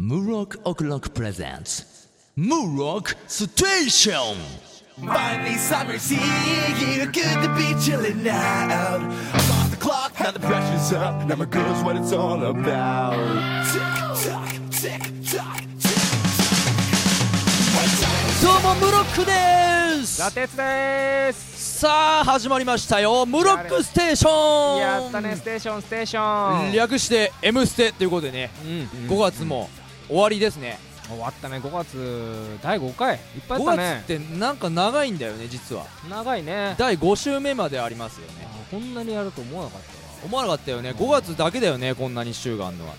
Murok O'Clock presents Murok Station! Finally, summer's here. Good to be chilling out. I'm off the clock, now the pressure's up. Now my girl's what it's all about. Tick tock, tick tock, tick tock. どうも、ムロックですラテツですさあ、始まりましたよ、ムロックステーションやったねステーションステーション略して、M ステということでね、5月も終わりですね。終わったね5月第5回いっぱい5やった月ねってなんか長いんだよね、実は。長いね第5週目までありますよね。こんなにやると思わなかっ思わなかったよね、5月だけだよね、こんなに週があるのは。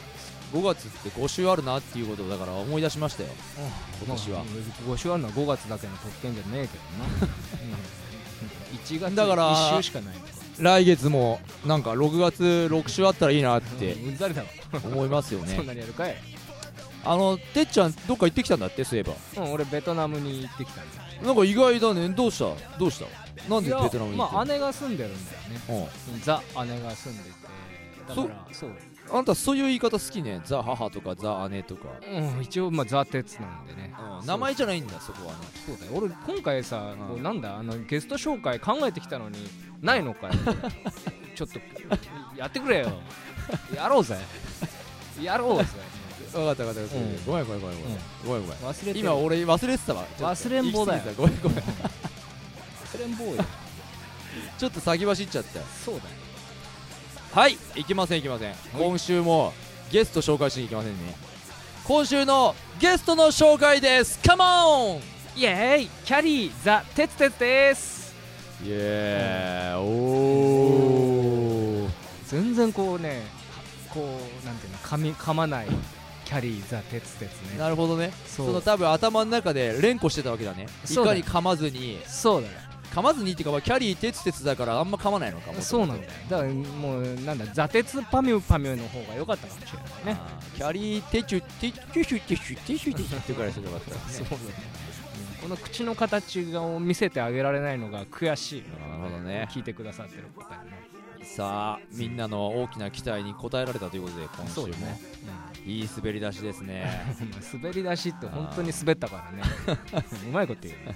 5月って5週あるなっていうことをだから思い出しましたよ、たわ今年は。 5週あるのは5月だけの特権じゃねえけどなうん1月だから1週しかないのか来月もなんか6月6週あったらいいなってうんうんざりだろ思いますよそんねなにやるかいあのてっちゃんどっか行ってきたんだってそういえばうん俺ベトナムに行ってきたんだなんか意外だねどうしたどうしたなんでベトナムに行まあって姉が住んでるんだよねるの、ザ姉が住んでてだからそううん、あんたそういう言い方好きねザ母とかザ姉とか、うん一応まあザ・鉄なんでねうん名前じゃないんだそこはねそうだよ俺今回さ、うんこうなんだあのゲスト紹介考えてきたのにないのかよちょっとやってくれよやろうぜやろうぜ分かった分かった、うんごめんごめんごめんごめうん、んごめんごめん忘れて今俺忘れてたわちょっと忘れん坊だよ行き過ぎてたごめんごめん忘れん坊よちょっと先走っちゃったよそうだよはい行きません行きません今週もゲスト紹介しに行きませんね今週のゲストの紹介ですカモンイエーイキャリーザ・テツテツですイエーおー全然こうねはこうなんていうの噛み噛まないキャリーザ・テツテツねなるほどねそそのう多分頭の中で連呼してたわけだねいそうかだによ噛まずにそうだよ噛まずにっていうかまあキャリーてつてつだからあんま噛まないのかもそうなんだよだからもうなんだザ・テツパミュパミュの方が良かったかもしれないねあーキャリーてちゅてちゅしゅてちゅてちゅてちゅってくらいすればよかったからねそうだね、この口の形を見せてあげられないのが悔しいなるほどね聞いてくださってる方にねさあみんなの大きな期待に応えられたということで今週そうだもね、いい滑り出しですね うん、滑り出しって本当に滑ったからねうまいこと言うね、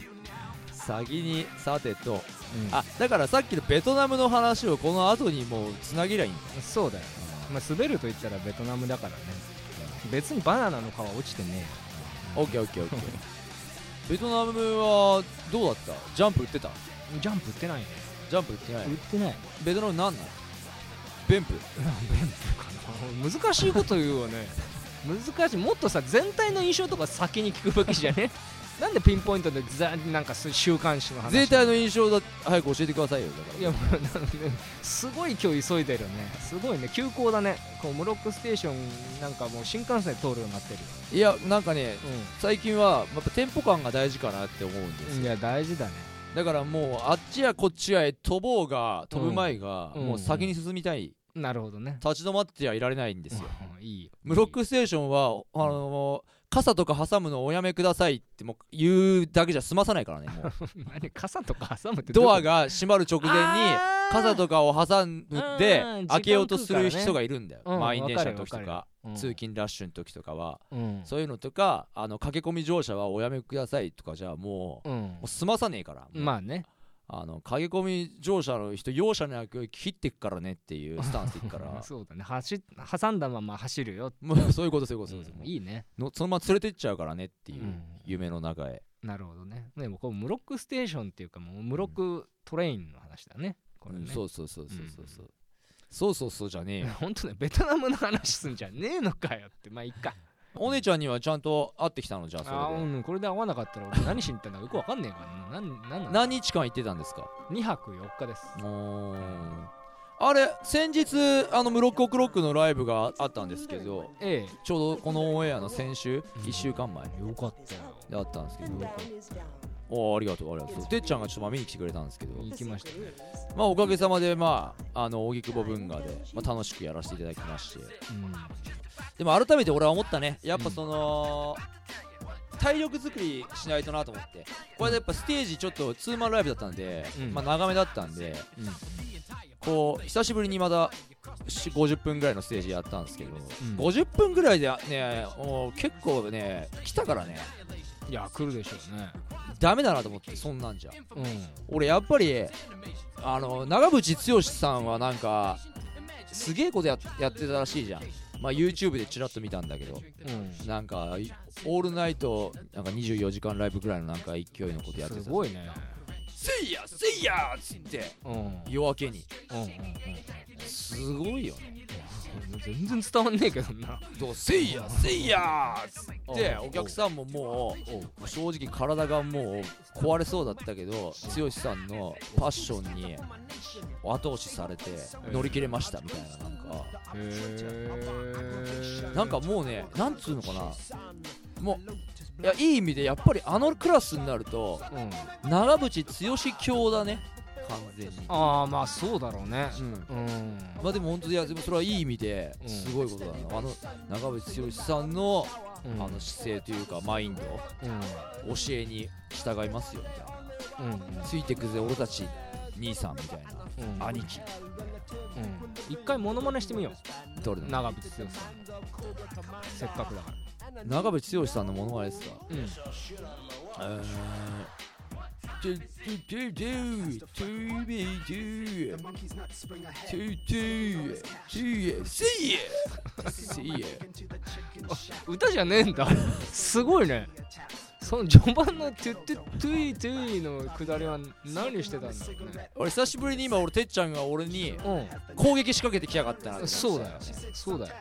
先にさてとああだからさっきのベトナムの話をこの後にもうつなげりゃいいんだそうだよ、まあ、滑ると言ったらベトナムだからね別にバナナの皮落ちてねオッケーオッケーオッケーベトナムはどうだったジャンプ売ってたえよジャンプ売ってないねジャンプ売ってないってないベトナムなんなのベンプ難しいこと言うよね難しいもっとさ全体の印象とか先に聞くべきじゃね なんでピンポイントでざなんかそう週刊誌の話全体の印象だ早く教えてくださいよだからいやもうなんですごい今日急いでるよねすごいね急行だねこうムロックステーションなんかもう新幹線通るようになってるいやなんかね最近はやっぱテンポ感が大事かなって思うんですいよや大事だねだからもうあっちやこっちやへ飛ぼうが飛ぶ前が、うんもう先に進みたいなるほどね立ち止まってはいられないんですようんいいよムロックステーションはあの傘とか挟むのおやめくださいってもう言うだけじゃ済まさないからねも う何傘とか挟むってドアがが閉まる直前に傘とかを挟んでうん開けようとする時間食うからね人がいるんだようん満員電車の時とわかるわか通勤ラッシュの時とかはうんそういうのとかあの駆け込み乗車はおやめくださいとかじゃもううんもう済まさねえからまあねあの駆け込み乗車の人容赦なく切ってくからねっ ていうスタンスでいくからそうだね走っ挟んだまま走るよってもうそういうことそういうことそういうことうんいいねのそのまま連れてっちゃうからねっていううん夢の中へなるほどねでもこうムロックステーションっていうかもうムロックトレインの話だねこれうんねそうそうそうそうそうそうそうそうそうじゃねえよ本当ねベトナムの話すんじゃねえのかよってまあいっかお姉ちゃんにはちゃんと会ってきたのじゃあーあそれでうんこれで合わなかったら俺何しに行ったんだかよくわかんねえからななんなんなん何日間行ってたんですか2泊4日ですおーあれ先日あのムロックオクロックのライブがあったんですけどえちょうどこのオンエアの先週うん1週間前えよかったよだったんですけどおーありがとうありがとうてっちゃんがちょっとまあ見に来てくれたんですけど行きましたね、まあおかげさまでまああの荻窪文化で、まあ、楽しくやらせていただきましてうん、でも改めて俺は思ったねやっぱその、体力作りしないとなと思ってこれでやっぱステージちょっとツーマンライブだったんで、うんまあ長めだったんで、うんこう久しぶりにまだし50分ぐらいのステージやったんですけど、ん50分ぐらいでねもう結構ね来たからねいや来るでしょうねダメだなと思ってそんなんじゃうん俺やっぱりあの長渕剛さんはなんかすげえことややってたらしいじゃんまあ YouTube でちらっと見たんだけどうんなんかいオールナイトなんか24時間ライブぐらいのなんか勢いのことやってたすごいねせいやせいやーっつってうんうん夜明けにうんすごいよねうん全然伝わんねえけどなどうせいやせいやーっつっておうお客さんももう正直体がもう壊れそうだったけど剛さんのパッションに後押しされて乗り切れましたみたいななんかへえなんかもうねなんつうのかなもういやいい意味でやっぱりあのクラスになるとうん長渕剛教だね完全にああまあそうだろうねうんうんまあでも本当いやでもそれはいい意味でうんすごいことだな、あの長渕剛さんのうんあの姿勢というかマインド教えに従いますよみたいなうんうんついてくぜ俺たち兄さんみたいなうん兄貴うん一回モノマネしてみよどれうだ長渕剛さんのせっかくだから長渕剛さんのものまねですかうんえートゥトゥトゥトゥトゥビートゥトゥトゥトゥせいやせいや歌じゃねえんだすごいねその序盤のトゥットゥットゥイトゥイのくだりは何してたんだろうね俺久しぶりに今俺てっちゃんが俺にう攻撃仕掛けてきやがったなってんそうだよそうだよ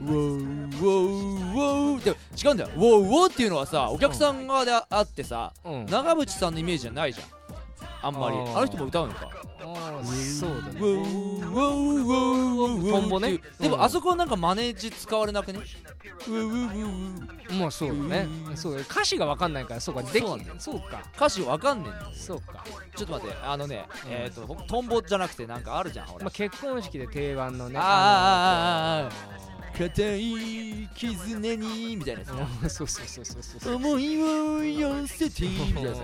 ウォーウォーウォーでも違うんだよウォーウォーっていうのはさお客さん側でああってさうん長渕さんのイメージじゃないじゃんあんまりあーあの人も歌うのかああそうだウねォーウォーウォーウォーウォートンボねっていうでもあそこなんかマネージ使われなくねウォーウォーウォーウォーまあそうだねそうだね歌詞が分かんないからそうかできそうなんだよそうか歌詞わかんねえんだよそうか、ちょっと待ってあのねえっとほんトンボじゃなくてなんかあるじゃん俺まあ、結婚式で定番のねあーあーあーあーあーあ硬い絆にみたいなやつのうんそうそうそうそうそうそう思いを寄せてみたいなやつ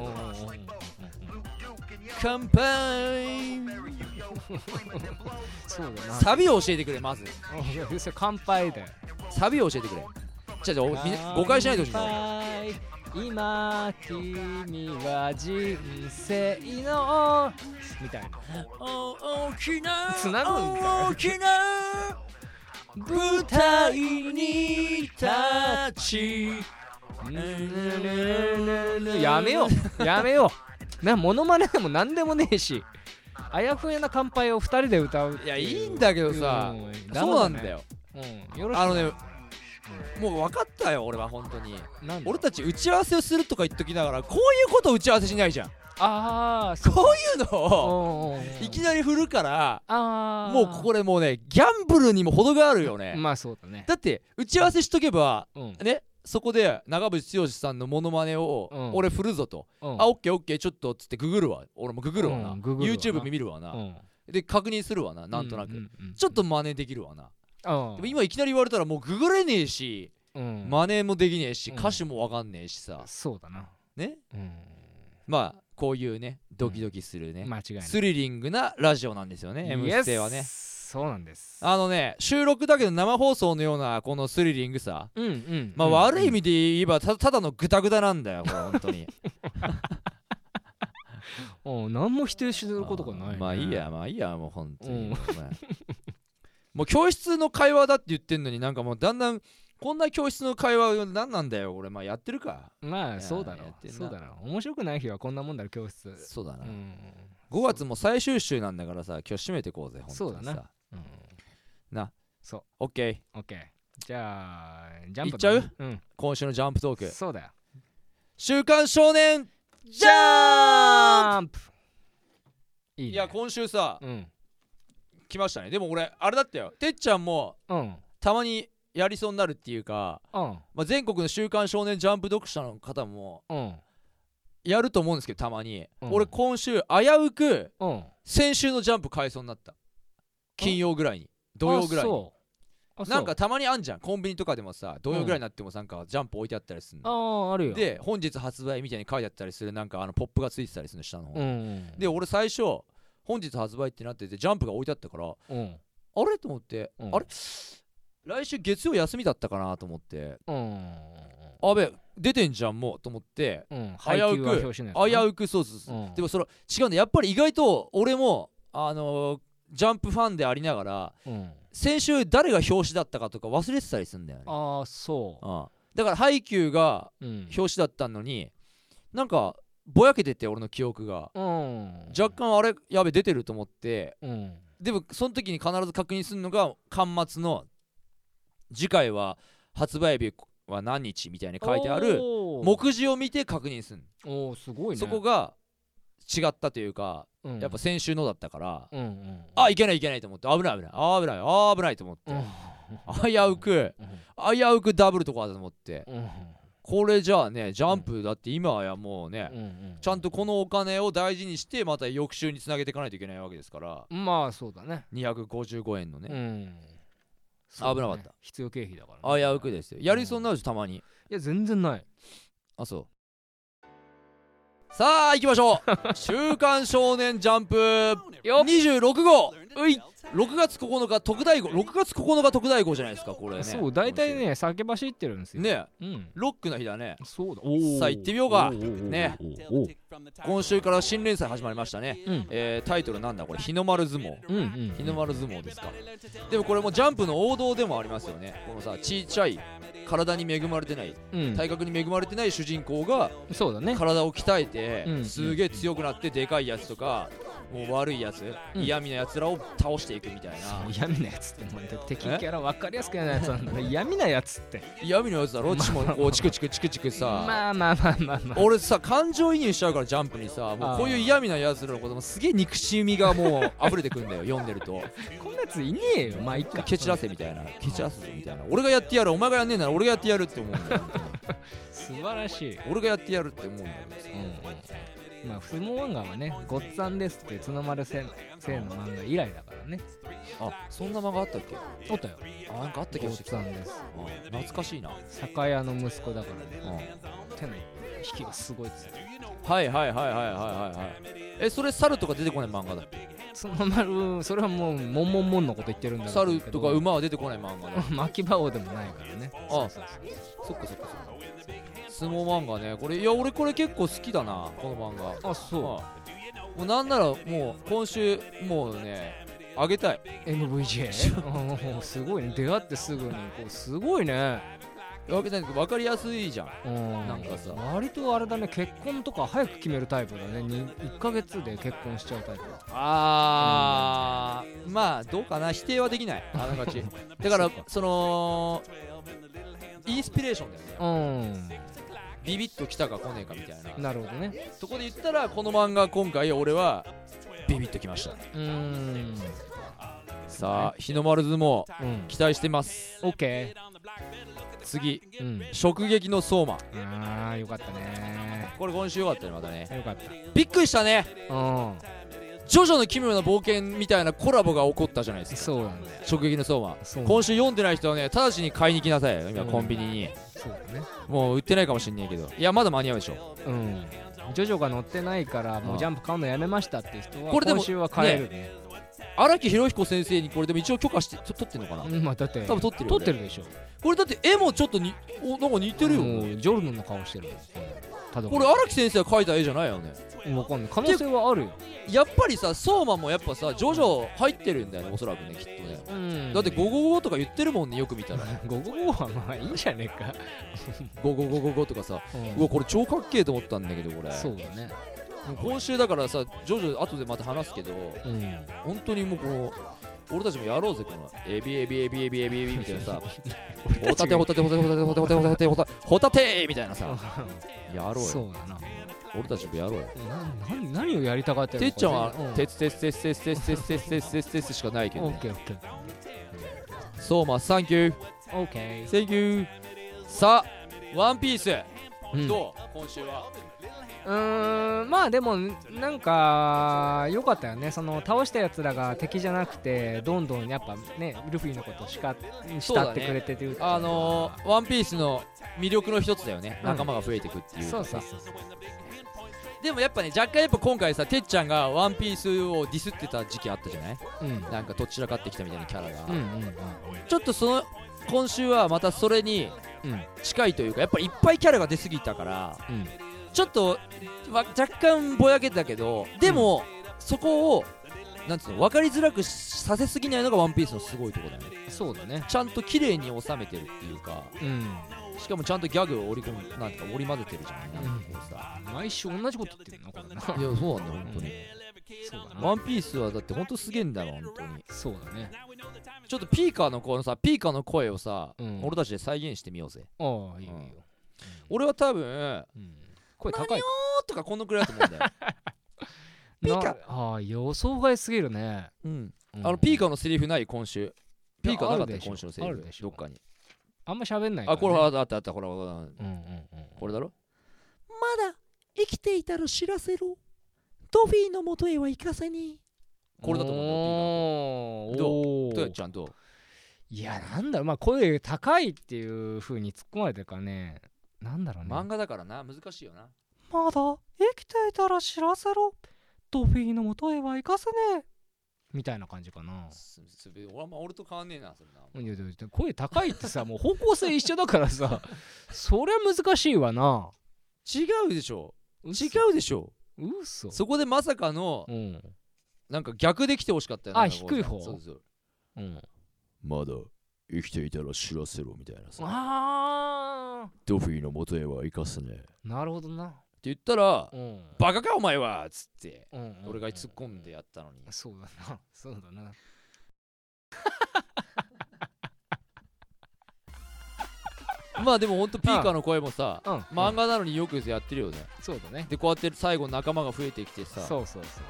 乾杯そうだなサビを教えてくれまずうんいやそれ乾杯だよサビを教えてくれじゃあじゃあみんな誤解しないでほしいの乾杯今君は人生のみたいな大きなつなぐんだよ大きな舞台に立ちやめようやめようなモノマネでも何でもねえしあやふやな乾杯を二人で歌うってういやいいんだけどさうんそうなんだようんよろしくあのねもう分かったよ俺は本当になんだ俺たち打ち合わせをするとか言っときながらこういうことを打ち合わせしないじゃんああそこういうのをういきなり振るからああもうこれもうねギャンブルにも程があるよねまあそうだねだって打ち合わせしとけばうんねそこで長渕剛さんのモノマネをうん俺振るぞと、うんあオッケーオッケーちょっとっつってググるわ俺もググるわな、うんググるわな YouTube 見るわな、うんで確認するわななんとなく、ううちょっと真似できるわな、うんでも今いきなり言われたらもうググれねえし、うん真似もできねえしうん歌手もわかんねえしさ、そうだなねうんまあこういうねドキドキするね、間違いないスリリングなラジオなんですよね「M ステ」はね Yes そうなんですあのね収録だけど生放送のようなこのスリリングさ、うんうんまあ、うん悪い意味で言えばたただのグダグダなんだよこれ本当にうん何も否定することがないねまあいいやまあいいやもう本当うんに、お前 もう教室の会話だって言ってんのになんかもうだんだんこんな教室の会話何なんだよ俺まあやってるかまあそうだいやろやってんうなそうだろう面白くない日はこんなもんだろ教室そうだな、うん5月も最終週なんだからさ今日締めてこうぜ本当にさそうだうんなそオッケーうオッケーじゃあジャンプいっちゃううん今週のジャンプトークそうだよ「週刊少年ジャーンャンプいいねいや今週さうん来ましたねでも俺あれだったよてっちゃんもうんたまにやりそうになるっていうかうんまあ、全国の「週刊少年ジャンプ」読者の方もうんやると思うんですけどたまに、うん俺今週危うくうん先週の「ジャンプ」買いそうになった金曜ぐらいに土曜ぐらいあにそうあそうなんかたまにあんじゃんコンビニとかでもさ土曜ぐらいになってもなんかジャンプ置いてあったりするあの、ああるよで本日発売みたいに書いてあったりするなんかあのポップがついてたりするの下の方、うんで俺最初本日発売ってなっててジャンプが置いてあったからうんあれと思って、うんあれ来週月曜休みだったかなと思ってうんあべ出てんじゃんもうと思ってうん早く配給は表紙の危やつうくそうそうそう、うんでもそれ違うんだやっぱり意外と俺もあのージャンプファンでありながらうん先週誰が表紙だったかとか忘れてたりするんだよねああそうん、だからハイキューがううん表紙だったのになんかぼやけてて俺の記憶がうん若干あれやべ出てると思ってうんでもその時に必ず確認するのが巻末の次回は発売日は何日みたいに書いてあるおー目次を見て確認するおーすごいねそこが違ったというかうんやっぱ先週のだったから、うんうんあいけないいけないと思って危ない危ない危ない危ないと思って、うん危うく危うくダブルとかだと思ってうんうんこれじゃあねジャンプだって今はもうね、うんうんちゃんとこのお金を大事にしてまた翌週につなげていかないといけないわけですからまあそうだね255円のうね、ん危なかった必要経費だからね危うくですよやりそうになるでしょたまにいや全然ないあそうさあ行きまし ょう「週刊少年ジャンプ」26号うい6月9日特大号6月9日特大号じゃないですかこれねそう大体ね叫ばしいってるんですよねうんロックの日だねそうださあ行ってみようかね今今週週かからら新新連連載載始始ままりりままししたたねね、うんえータイトルなんだこれ日の丸相撲うんうん日の丸相撲ですかでもこれもジャンプの王道でもありますよねこのさちっちゃい体に恵まれてないうん体格に恵まれてない主人公がそうだね体を鍛えうてんすげえ強くなってでかいやつとかもう悪いやつうん嫌味なやつらを倒していくみたいなそう嫌味なやつってもう敵キャラ分かりやすくやるやつなんだから嫌味なやつって嫌味なやつだろちもこうチクチクチクチクさまあまあまあまあまあ俺さ感情移入しちゃうからジャンプにさもあうーこういう嫌味なやつらのこともすげえ憎しみがもう溢れてく んだよ読んでるとこんなやついねえよまあいっかケチらせみたいなケチらせみたいな俺がやってやるお前がやんねえなら俺がやってやるって思うんだよ素晴らしい俺がやってやるって思うんだけどさまあ相撲漫画はね「ごっつぁんです」って角丸先生の漫画以来だからねあそんな漫画あったっけあおったよなんかあった気ごがっしてきつぁたんですうん懐かしいな、酒屋の息子だからねうん手の引きがすごいっつってはいはいはいはいはいはいはいえそれ猿とか出てこない漫画だっけ角丸それはもうモンモンモンのこと言ってるんだろう猿とかう馬は出てこない漫画だ 巻き場王でもないからねあそっかそっかそっか 相撲漫画ねこれいや俺これ結構好きだなこの漫画あそうんもうなんならもう今週もうねあげたい う MVJ おーすごいね出会ってすぐにこうすごいねわけないんだけど分かりやすいじゃんななんかさ割とあれだね結婚とか早く決めるタイプだねに1ヶ月で結婚しちゃうタイプだあーまあどうかな否定はできないあなが ちだからそのインスピレーションだよねうビビッと来たか来ねえかみたいなんなるほどねそこで言ったらこの漫画今回俺はビビッときましたうーんさあ日の丸相撲うん期待してますオッケ次ーうん直撃の相馬あーよかったねこれ今週よかったねまたねよかったびっくりしたねうんジョジョの奇妙な冒険みたいなコラボが起こったじゃないですかそうなんだよ直撃の相馬そう今週読んでない人はね直ちに買いに来なさいよ今コンビニにそうだねもう売ってないかもしんないけどいやまだ間に合うでしょうんジョジョが乗ってないからもあうジャンプ買うのやめましたっていう人はこれでも今週は買えるね荒木博彦先生にこれでも一応許可してちょ取ってんのかなうんまあだって多分撮ってるよ撮ねってるでしょこれだって絵もちょっとにおなんか似てるよ、もうジョルノの顔してるもんただこれ荒木先生が描いた絵じゃないよねわかんない可能性はあるよやっぱりさ相馬もやっぱさジョジョ入ってるんだよねおそらくねきっとねうんだって「ゴゴゴゴ」とか言ってるもんねよく見たら午後後はまあいいんじゃねえか、 「ゴゴゴゴゴ」とかさうわこれ超かっけえと思ったんだけどこれそうだねもう今週だからさジョジョ後でまた話すけどうん本当にもうこの俺たちもやろうぜこのエビエビエビエビエビエビみたいなさホタテホタテホタテホタテホタテホタテホタテホタテみたいなさやろうよそうだな俺たちもやろうよなな何をやりたがってるてのっかちゃんは全然う「てつてつてつてつてつてつてつてつてつてつ」しかないけどオねッケーオッケーそうまサンキューオッケー Thank you さあワンピースうんどう今週はうーんまあでもなんか良かったよねその倒したやつらが敵じゃなくてどんどんやっぱねルフィのことを叱っそうだ慕ねってくれてというかあのー、ワンピースの魅力の一つだよね、うん仲間が増えていくっていうそうかそさうそうでもやっぱね若干やっぱ今回さてっちゃんがワンピースをディスってた時期あったじゃないうんなんかどちらかってきたみたいなキャラが、うんうんちょっとその今週はまたそれにうんうん近いというかやっぱいっぱいキャラが出すぎたからうんちょっとわ若干ぼやけたけどでも、そこをなんつうの分かりづらくさせすぎないのがワンピースのすごいところだよねそうだねちゃんと綺麗に収めてるっていうかうんしかもちゃんとギャグを織り込むなんてか織り交ぜてるじゃないなんかこうさ毎週同じこと言ってるなこれないやそうなんだよ本当に、そうだワなンピースはだって本当すげえんだよ本当にそうだねちょっとピーカーのこのさピーカーの声をさ、うん俺たちで再現してみようぜああいいようんいいよ俺は多分うん声高い「お」とかこのくらいだと思うんだよ、ピーカああ予想外すぎるね うん、うんあのピーカーのセリフない今週ピーカーなかったいやあるでよしょ今週のセリあるでフしょどっかにあんま喋んないからねあこれあったあったあったこれうんうんうんこれだろまだ生きていたら知らせろトフィーのもとへは行かせにこれだと思うんだよおーどおピーーカーとやっちゃんといやなんだろうまあ声高いっていう風に突っ込まれてるからねなんだろうね漫画だからな難しいよなまだ生きていたら知らせろドフィーのもとへは行かせねえみたいな感じかなすすべ俺はま俺と変わんねえなそれないやでも声高いってさ もう方向性一緒だからさそりゃ難しいわな違うでしょ違うでしょうそそこでまさかのうんなんか逆で来てほしかったよあなんかこう低い方そうそううんまだ生きていたら知らせろみたいなさ。あドフィーの元へは行かすね。ーなるほどなって言ったらうん「バカかお前は!」っつってうんうんうん俺が突っ込んでやったのにそうだな そうだなまあでもほんとピーカーの声もさうん漫画なのによくやってるよねそうだねでこうやって最後仲間が増えてきてさそうそうそ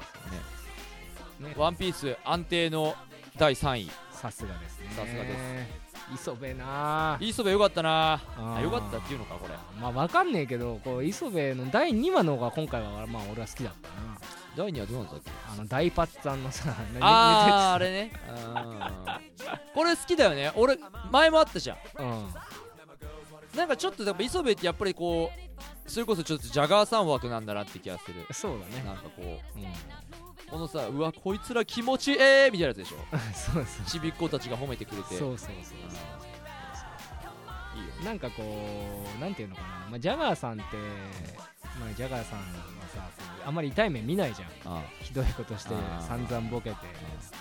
うねワンピース安定の第3位さすがですねさすがです磯部なあ磯部よかったなああーよかったっていうのかこれまあわかんねえけどこう磯部の第2話の方が今回はまあ俺は好きだったな第2はどうなんだっけあの大パッツァンのさ あーあれねうんこれ好きだよね俺前もあったじゃんあれうんなんかちょっとやっぱ磯部ってやっぱりこうそれこそちょっとジャガーさん枠なんだなって気がするそうだねなんかこうん うこのさうわこいつら気持ちええみたいなやつでしょそうそうちびっ子たちが褒めてくれてそうそうそういいよそうなんかこうなんていうのかな、まあ、ジャガーさんって、まあ、ジャガーさんはさそのあんまり痛い目見ないじゃんあひどいことしてあー散々ボケて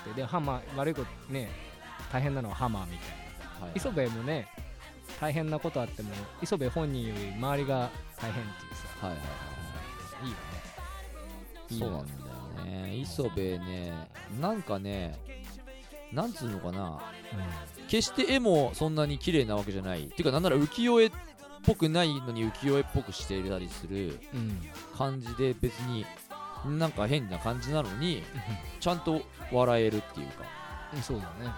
つってでハマ悪いことね大変なのはハマーみたいなあはい磯部もね大変なことあっても磯部本人より周りが大変っていうさはいはいはいいよねいそうなんだよね磯部ねなんかねなんつうのかな決して絵もそんなに綺麗なわけじゃないっていうかなんなら浮世絵っぽくないのに浮世絵っぽくしていたりするうん、うん、感じで別になんか変な感じなのにちゃんと笑えるっていうかうんそうだね、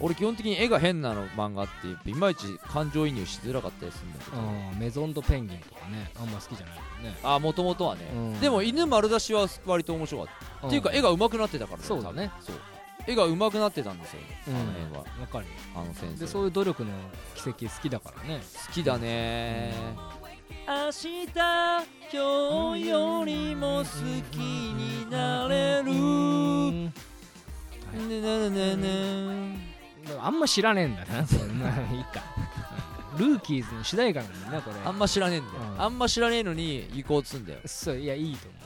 うん、俺基本的に絵が変なの漫画っていまいち感情移入しづらかったりするんだけど、あーメゾンドペンギンとかねあんま好きじゃないもんねああもともとはね、うんでも犬丸出しは割と面白かった、っていうか絵がが上手くなってたからねそうだね多分そう絵が上手くなってたんですようんあの辺はわかるよあの先生でそういう努力の奇跡好きだからね好きだね明日今日よりも好きになれるうんはいねねねねだからあんま知らねえんだなそんないいかルーキーズの主題歌なんだよねこれあんま知らねえんだよ、うんあんま知らねえのに行こうっつうんだよそういやいいと思う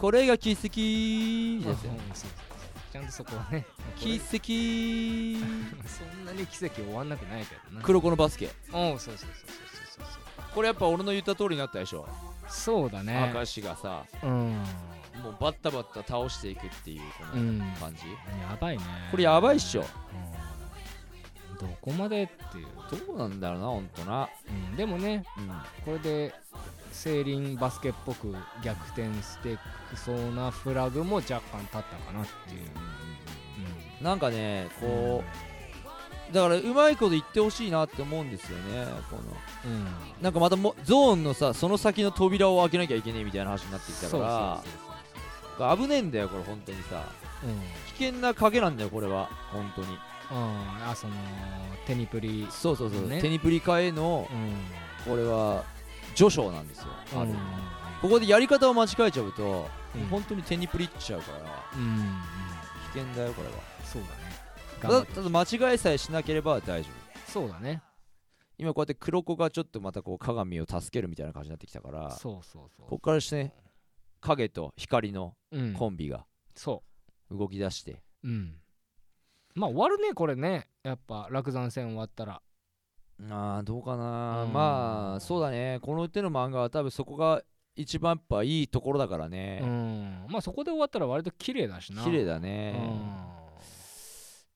これが奇跡ですようんそうそうそうちゃんとそこ はね奇跡そんなに奇跡終わんなくないけどな黒子のバスケうんそうそうそうそうそうそうこれやっぱ俺の言った通りになったでしょ、そうそうだね明石がさうんもうバッタバッタ倒していくっていうこうのん感じ、やばいねこれやばいっしょうんどこまでっていう、どうなんだろうなほんとな、うん、でもねうんこれでセーリンバスケっぽく逆転してくそうなフラグも若干立ったかなっていう、なんかねこう、だからうまいこと言ってほしいなって思うんですよねこのうんなんかまたもゾーンのさその先の扉を開けなきゃいけねえみたいな話になってきたそうそうかそうそうら危ねえんだよこれ本当にさ危険な賭けなんだよこれは本当にうん、うん、あそのテニプリそうそうそう、ねテニプリカへのうんこれは序章なんですよ、あるうんここでやり方を間違えちゃうと、うん本当に手にプリっちゃうからうんうん危険だよこれはそうだね頑張たっだてただ間違いさえしなければ大丈夫そうだね今こうやって黒子がちょっとまたこう鏡を助けるみたいな感じになってきたからそうそうそうここからしてね影と光のうんコンビがそ動き出して、ううんまあ終わるねこれねやっぱ落山戦終わったらあーどうかなうんまあそうだねこの手の漫画は多分そこが一番やっぱいいところだからうね、んまあそこで終わったら割と綺麗だしな綺麗だうね、ん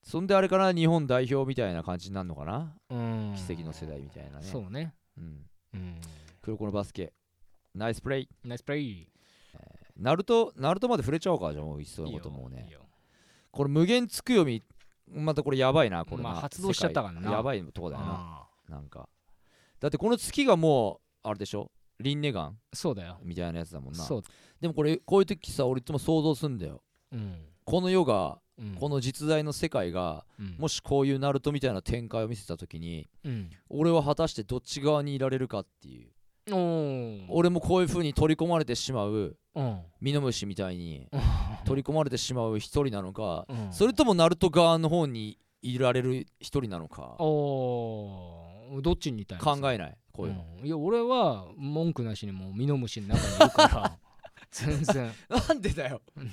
そんであれかな日本代表みたいな感じになるのかな、うん奇跡の世代みたいなねそうねうん、うん黒子のバスケナイスプレイナイスプレイナルトナルトまで触れちゃおうかじゃあもう一層のいいこよともうねいいよこれ無限つくよみまたこれやばいなこれな、まあ発動しちゃったからな世界やばいとこだよなあなんかだってこの月がもうあれでしょリンネガンーそうだよみたいなやつだもんなそうでもこれこういう時さ俺いつも想像すんだようんこの世がうんこの実在の世界がうんもしこういうナルトみたいな展開を見せた時にうん俺は果たしてどっち側にいられるかっていうおー俺もこういう風に取り込まれてしまううんミノムシみたいに取り込まれてしまう一人なのかうんそれともナルト側の方にいられる一人なのかおーどっちにいたい考えないこういうの、うんいや俺は文句なしにもうミノムシの中にいるから 全然なんでだようん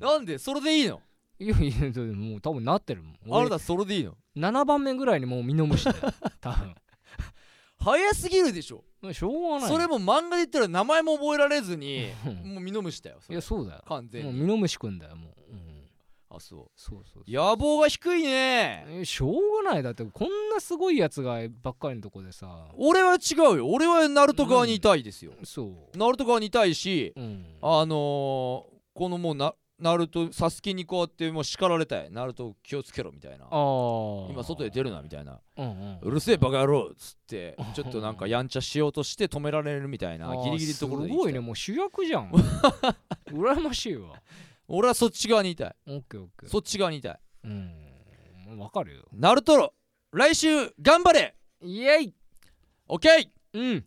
なんでそれでいいのいやいやでももう多分なってるもんあ俺なたそれでいいの7番目ぐらいにもうミノムシだよ多 分早すぎるでしょまあしょうがないそれも漫画で言ったら名前も覚えられずにうんもうミノムシだよそいれやそうだよ完もう全にミノムシくんだよもう、うん、あそそうそうう野望が低いねえしょうがないだってこんなすごいやつがばっかりのとこでさ俺は違うよ俺はナルト側にいたいですよ、そナルト側にいたいしう、うん、あのー、このもうなナルトサスケにこうやってもう叱られたいナルト気をつけろみたいなあー今外へ出るなみたいなうんうんうるせえバカ野郎っつってちょっとなんかやんちゃしようとして止められるみたいなあーギリギリのところです行きごたいねもう主役じゃ ん羨ましいわ俺はそっち側にいたいオッケーオッケーそっち側にいたいうんわかるよナルトロ来週頑張れイエイオッケーうん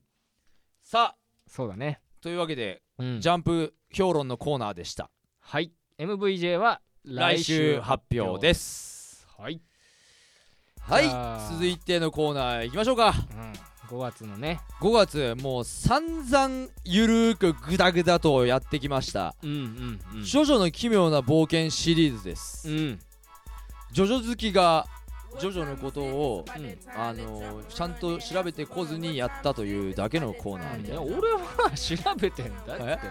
さあそうだねというわけで、うんジャンプ評論のコーナーでしたはい MVJ は来週発表すですはい、はいあー続いてのコーナーいきましょうかうん、5月のね5月もう散々ゆるーくグダグダとやってきましたうんうんう「ジョジョの奇妙な冒険」シリーズです、うんジョジョ好きがジョジョのことをうんあのーちゃんと調べてこずにやったというだけのコーナーみいたやいな俺は調べてんだってだから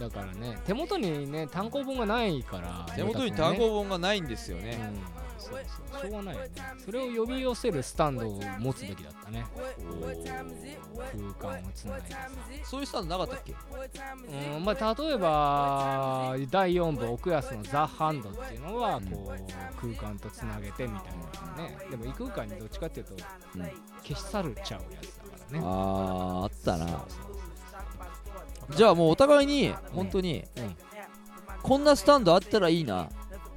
だからね手元にね単行本がないから手元にね単行本がないんですようね、んそうそうしょうがないよねそれを呼び寄せるスタンドを持つべきだったね空間をつないでさそういうスタンドなかったっけうんまあ、例えば第4部奥安の「ザ・ハンド」っていうのはこう空間とつなげてみたいなねでも異空間にどっちかっていうとうん消し去るちゃうやつだからねあーあったなそうそうじゃあもうお互いに本当にこんなスタンドあったらいいな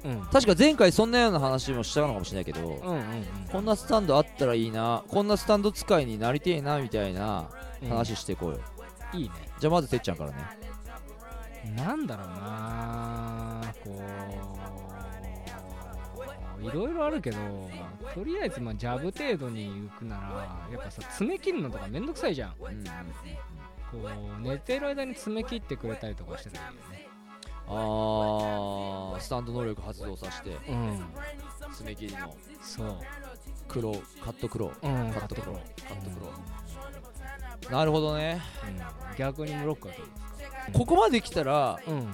うんうん確か前回そんなような話もしたのかもしれないけどうんうんこんなスタンドあったらいいなこんなスタンド使いになりてえなみたいなうん話していこうよ、いいねじゃあまずてっちゃんからねなんだろうなこういろいろあるけどとりあえずまあジャブ程度に行くならやっぱさ爪切るのとかめんどくさいじゃんこうんう寝てる間に爪切ってくれたりとかしてたらいいよねあースタンド能力発動させてうん爪切りのそう黒カット黒うんカット買黒っカてット黒なるほどねうん逆にブロックはどうここまで来たらうんうん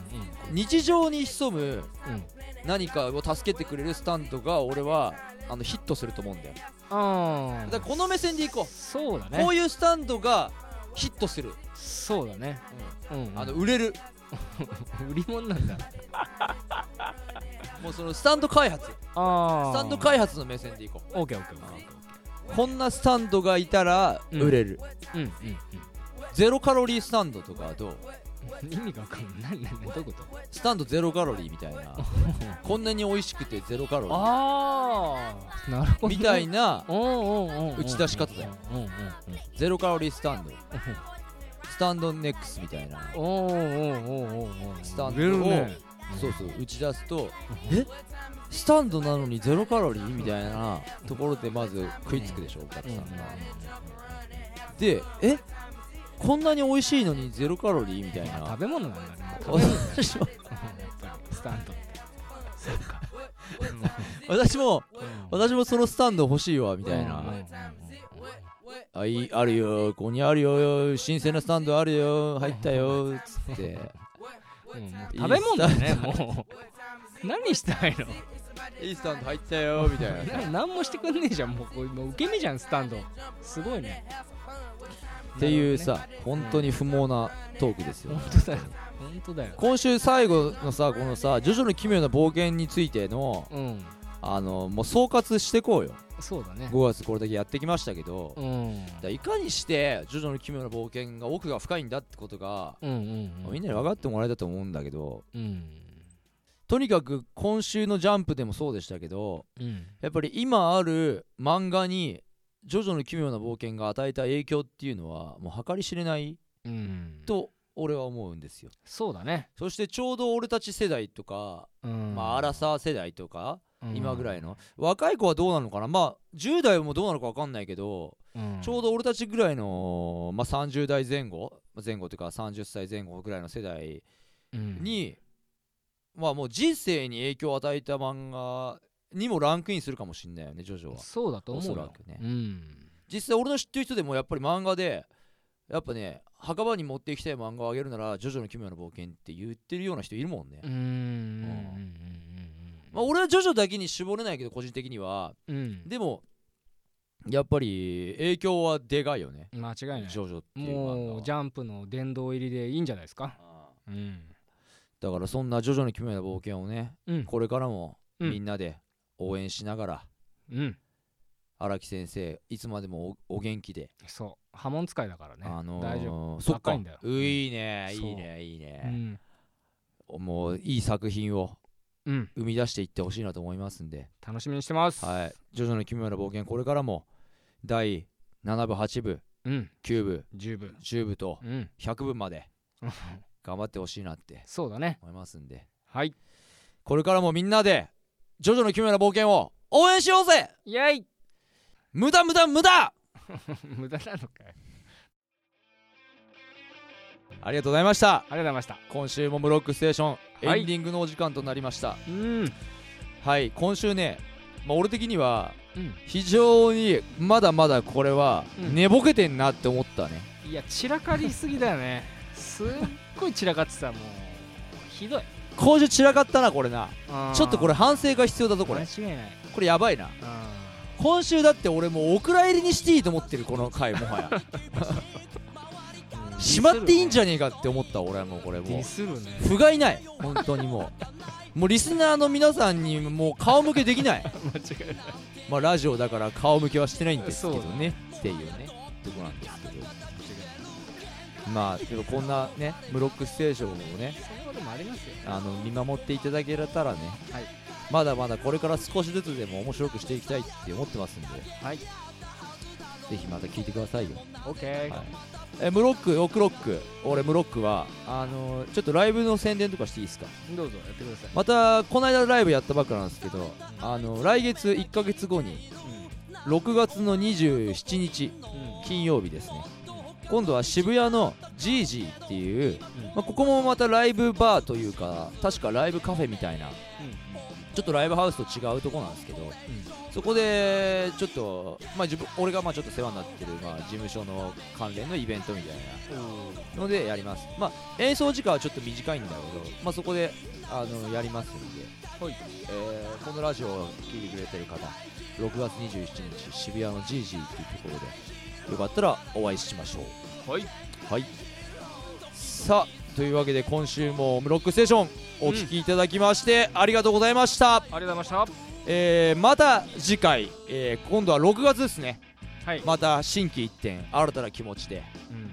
日常に潜むうん何かを助けてくれるスタンドが俺はあのヒットすると思うんだよあだあからこの目線でいこそうだうこねういうスタンドがヒットする、そうだ ねうんうんあの売れる売り物なんだもうそのスタンド開発スあタンド開発の目線でいこオッケーオッケーうこんなスタンドがいたらうん売れる、うんうんゼロカロリースタンドとかはどううん意味がわかんない何何何どういうことスタンドゼロカロリーみたい なこんなに美味しくてゼロカロリーああなるほどみたいなうんうんうんうん打ち出し方だようんうんうんゼロカロリースタンドスタンドネックスみたいなおーおーおーおーおースタン売れるドを、ねそうそう打ち出すとえスタンドなのにゼロカロリーみたいなところでまず食いつくでしょお客うんさうんんう、がんでえこんなに美味しいのにゼロカロリーみたいな 食べ物なんだね食べ物私もやっぱりスタンドってそうか私もうん私もそのスタンド欲しいわみたいうんうんうんうなんあいいあるよここにあるよ新鮮なスタンドあるよ入ったよつってうんもう食べ物だねもう何したいのいいスタンド入ったよみたいなな何もしてくんねえじゃんもうこれもう受け身じゃんスタンドすごいねっていうさ本当に不毛なトークですよ本当だよ本当だよ今週最後のさこのさ「ジョジョの奇妙な冒険」についてのうんあのもう総括してこうよそうだね5月これだけやってきましたけど、うんうんだからいかにして「ジョジョの奇妙な冒険」が奥が深いんだってことが、うんうんみんなに分かってもらえたと思うんだけどうんとにかく今週の「ジャンプ」でもそうでしたけどうんやっぱり今ある漫画に「ジョジョの奇妙な冒険」が与えた影響っていうのはもう計り知れないうんと俺は思うんですよ。そうだねそしてちょうど俺たち世代とか、うんまあ、アラサー世代とか、うん今ぐらいの若い子はどうなのかなまあ10代もどうなのか分かんないけど、うんちょうど俺たちぐらいの、まあ、30代前後前後というか30歳前後ぐらいの世代うんに、まあもう人生に影響を与えた漫画にもランクインするかもしんないよねジョジョはそうだと思おうそらよくねうん実際俺の知ってる人でもやっぱり漫画でやっぱね墓場に持っていきたい漫画をあげるなら「ジョジョの奇妙な冒険」って言ってるような人いるもんね、うんうんまあ、俺はジョジョだけに絞れないけど個人的にはうんうんでもやっぱり影響はでかいよね。うん間違いないジョジョっていう漫画もうはジャンプの殿堂入りでいいんじゃないですかああうんだからそんなジョジョの奇妙な冒険をね、うんこれからもうんみんなで応援しながら、うん荒木先生いつまでもおお元気で、そう波紋使いだからねあのー大丈夫そっ若かいんだよういいねそういいねいいうね、んもういい作品をうん生み出していってほしいなと思いますんで、楽しみにしてますはい、ジョジョの奇妙な冒険これからも第7部8部うん9部十分10部とうん100部まで頑張ってほしいなってそうだね思いますんではいこれからもみんなでジョジョの奇妙な冒険を応援しようぜイェイ 無駄無駄無駄無駄なのかよありがとうございましたありがとうございました今週も「ブロックステーション」はいエンディングのお時間となりましたはい、うん今週ね、まあ、俺的にはうん非常にまだまだこれはうん寝ぼけてんなって思ったね、いや散らかりすぎだよねすっごい散らかってたもうひどい今週散らかったなこれなちょっとこれれ反省が必要だぞこ間れ違いないこれやばいな今週だって俺もうお蔵入りにしていいと思ってるこの回もはやしまっていいんじゃゃねえかって思った俺はもうこれデもうィスるね不甲斐ない本当にもうもうリスナーの皆さんにもう顔向けできない間違いないまあラジオだから顔向けはしてないんですけどそうだねっていうねとこなんですけどまあでもこんなねムロックステーションをねそんなこともありますよあの見守っていただけたらね、はいまだまだこれから少しずつでも面白くしていきたいって思ってますんではいぜひまた聞いてくださいよ OK はいえムロックオクロック俺ムロックはあのちょっとライブの宣伝とかしていいですかどうぞやってくださいまたこの間ライブやったばっかなんですけどあの来月1ヶ月後に6月の27日金曜日ですね今度は渋谷のジージーっていう、まあ、ここもまたライブバーというか確かライブカフェみたいなちょっとライブハウスと違うとこなんですけど、そこでちょっと、まあ、自分俺がまあちょっと世話になってる、まあ、事務所の関連のイベントみたいなのでやります、まあ、演奏時間はちょっと短いんだけど、まあ、そこであのやりますので、はいえーこのラジオを聴いてくれてる方6月27日渋谷のジージーっていうところでよかったらお会いしましょうはいはいさあというわけで今週も「ムロックステーション」お聞きいただきまして、ありがとうございました、ありがとうございましえー、また次回、えー今度は6月ですねたはい、また心機一転新たな気持ちで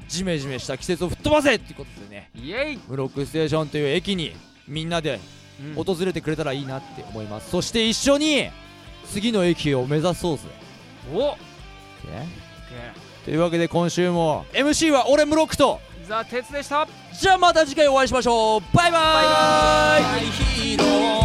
ジメジメした季節を吹っ飛ばせっていうことでねイエイ、ブロックステーションという駅にみんなでうん訪れてくれたらいいなって思います、そして一緒に次の駅を目指そうぜ、おねというわけで今週も MC は俺ムロックとザ・鉄でしたじゃあまた次回お会いしましょうバイバイヒーロー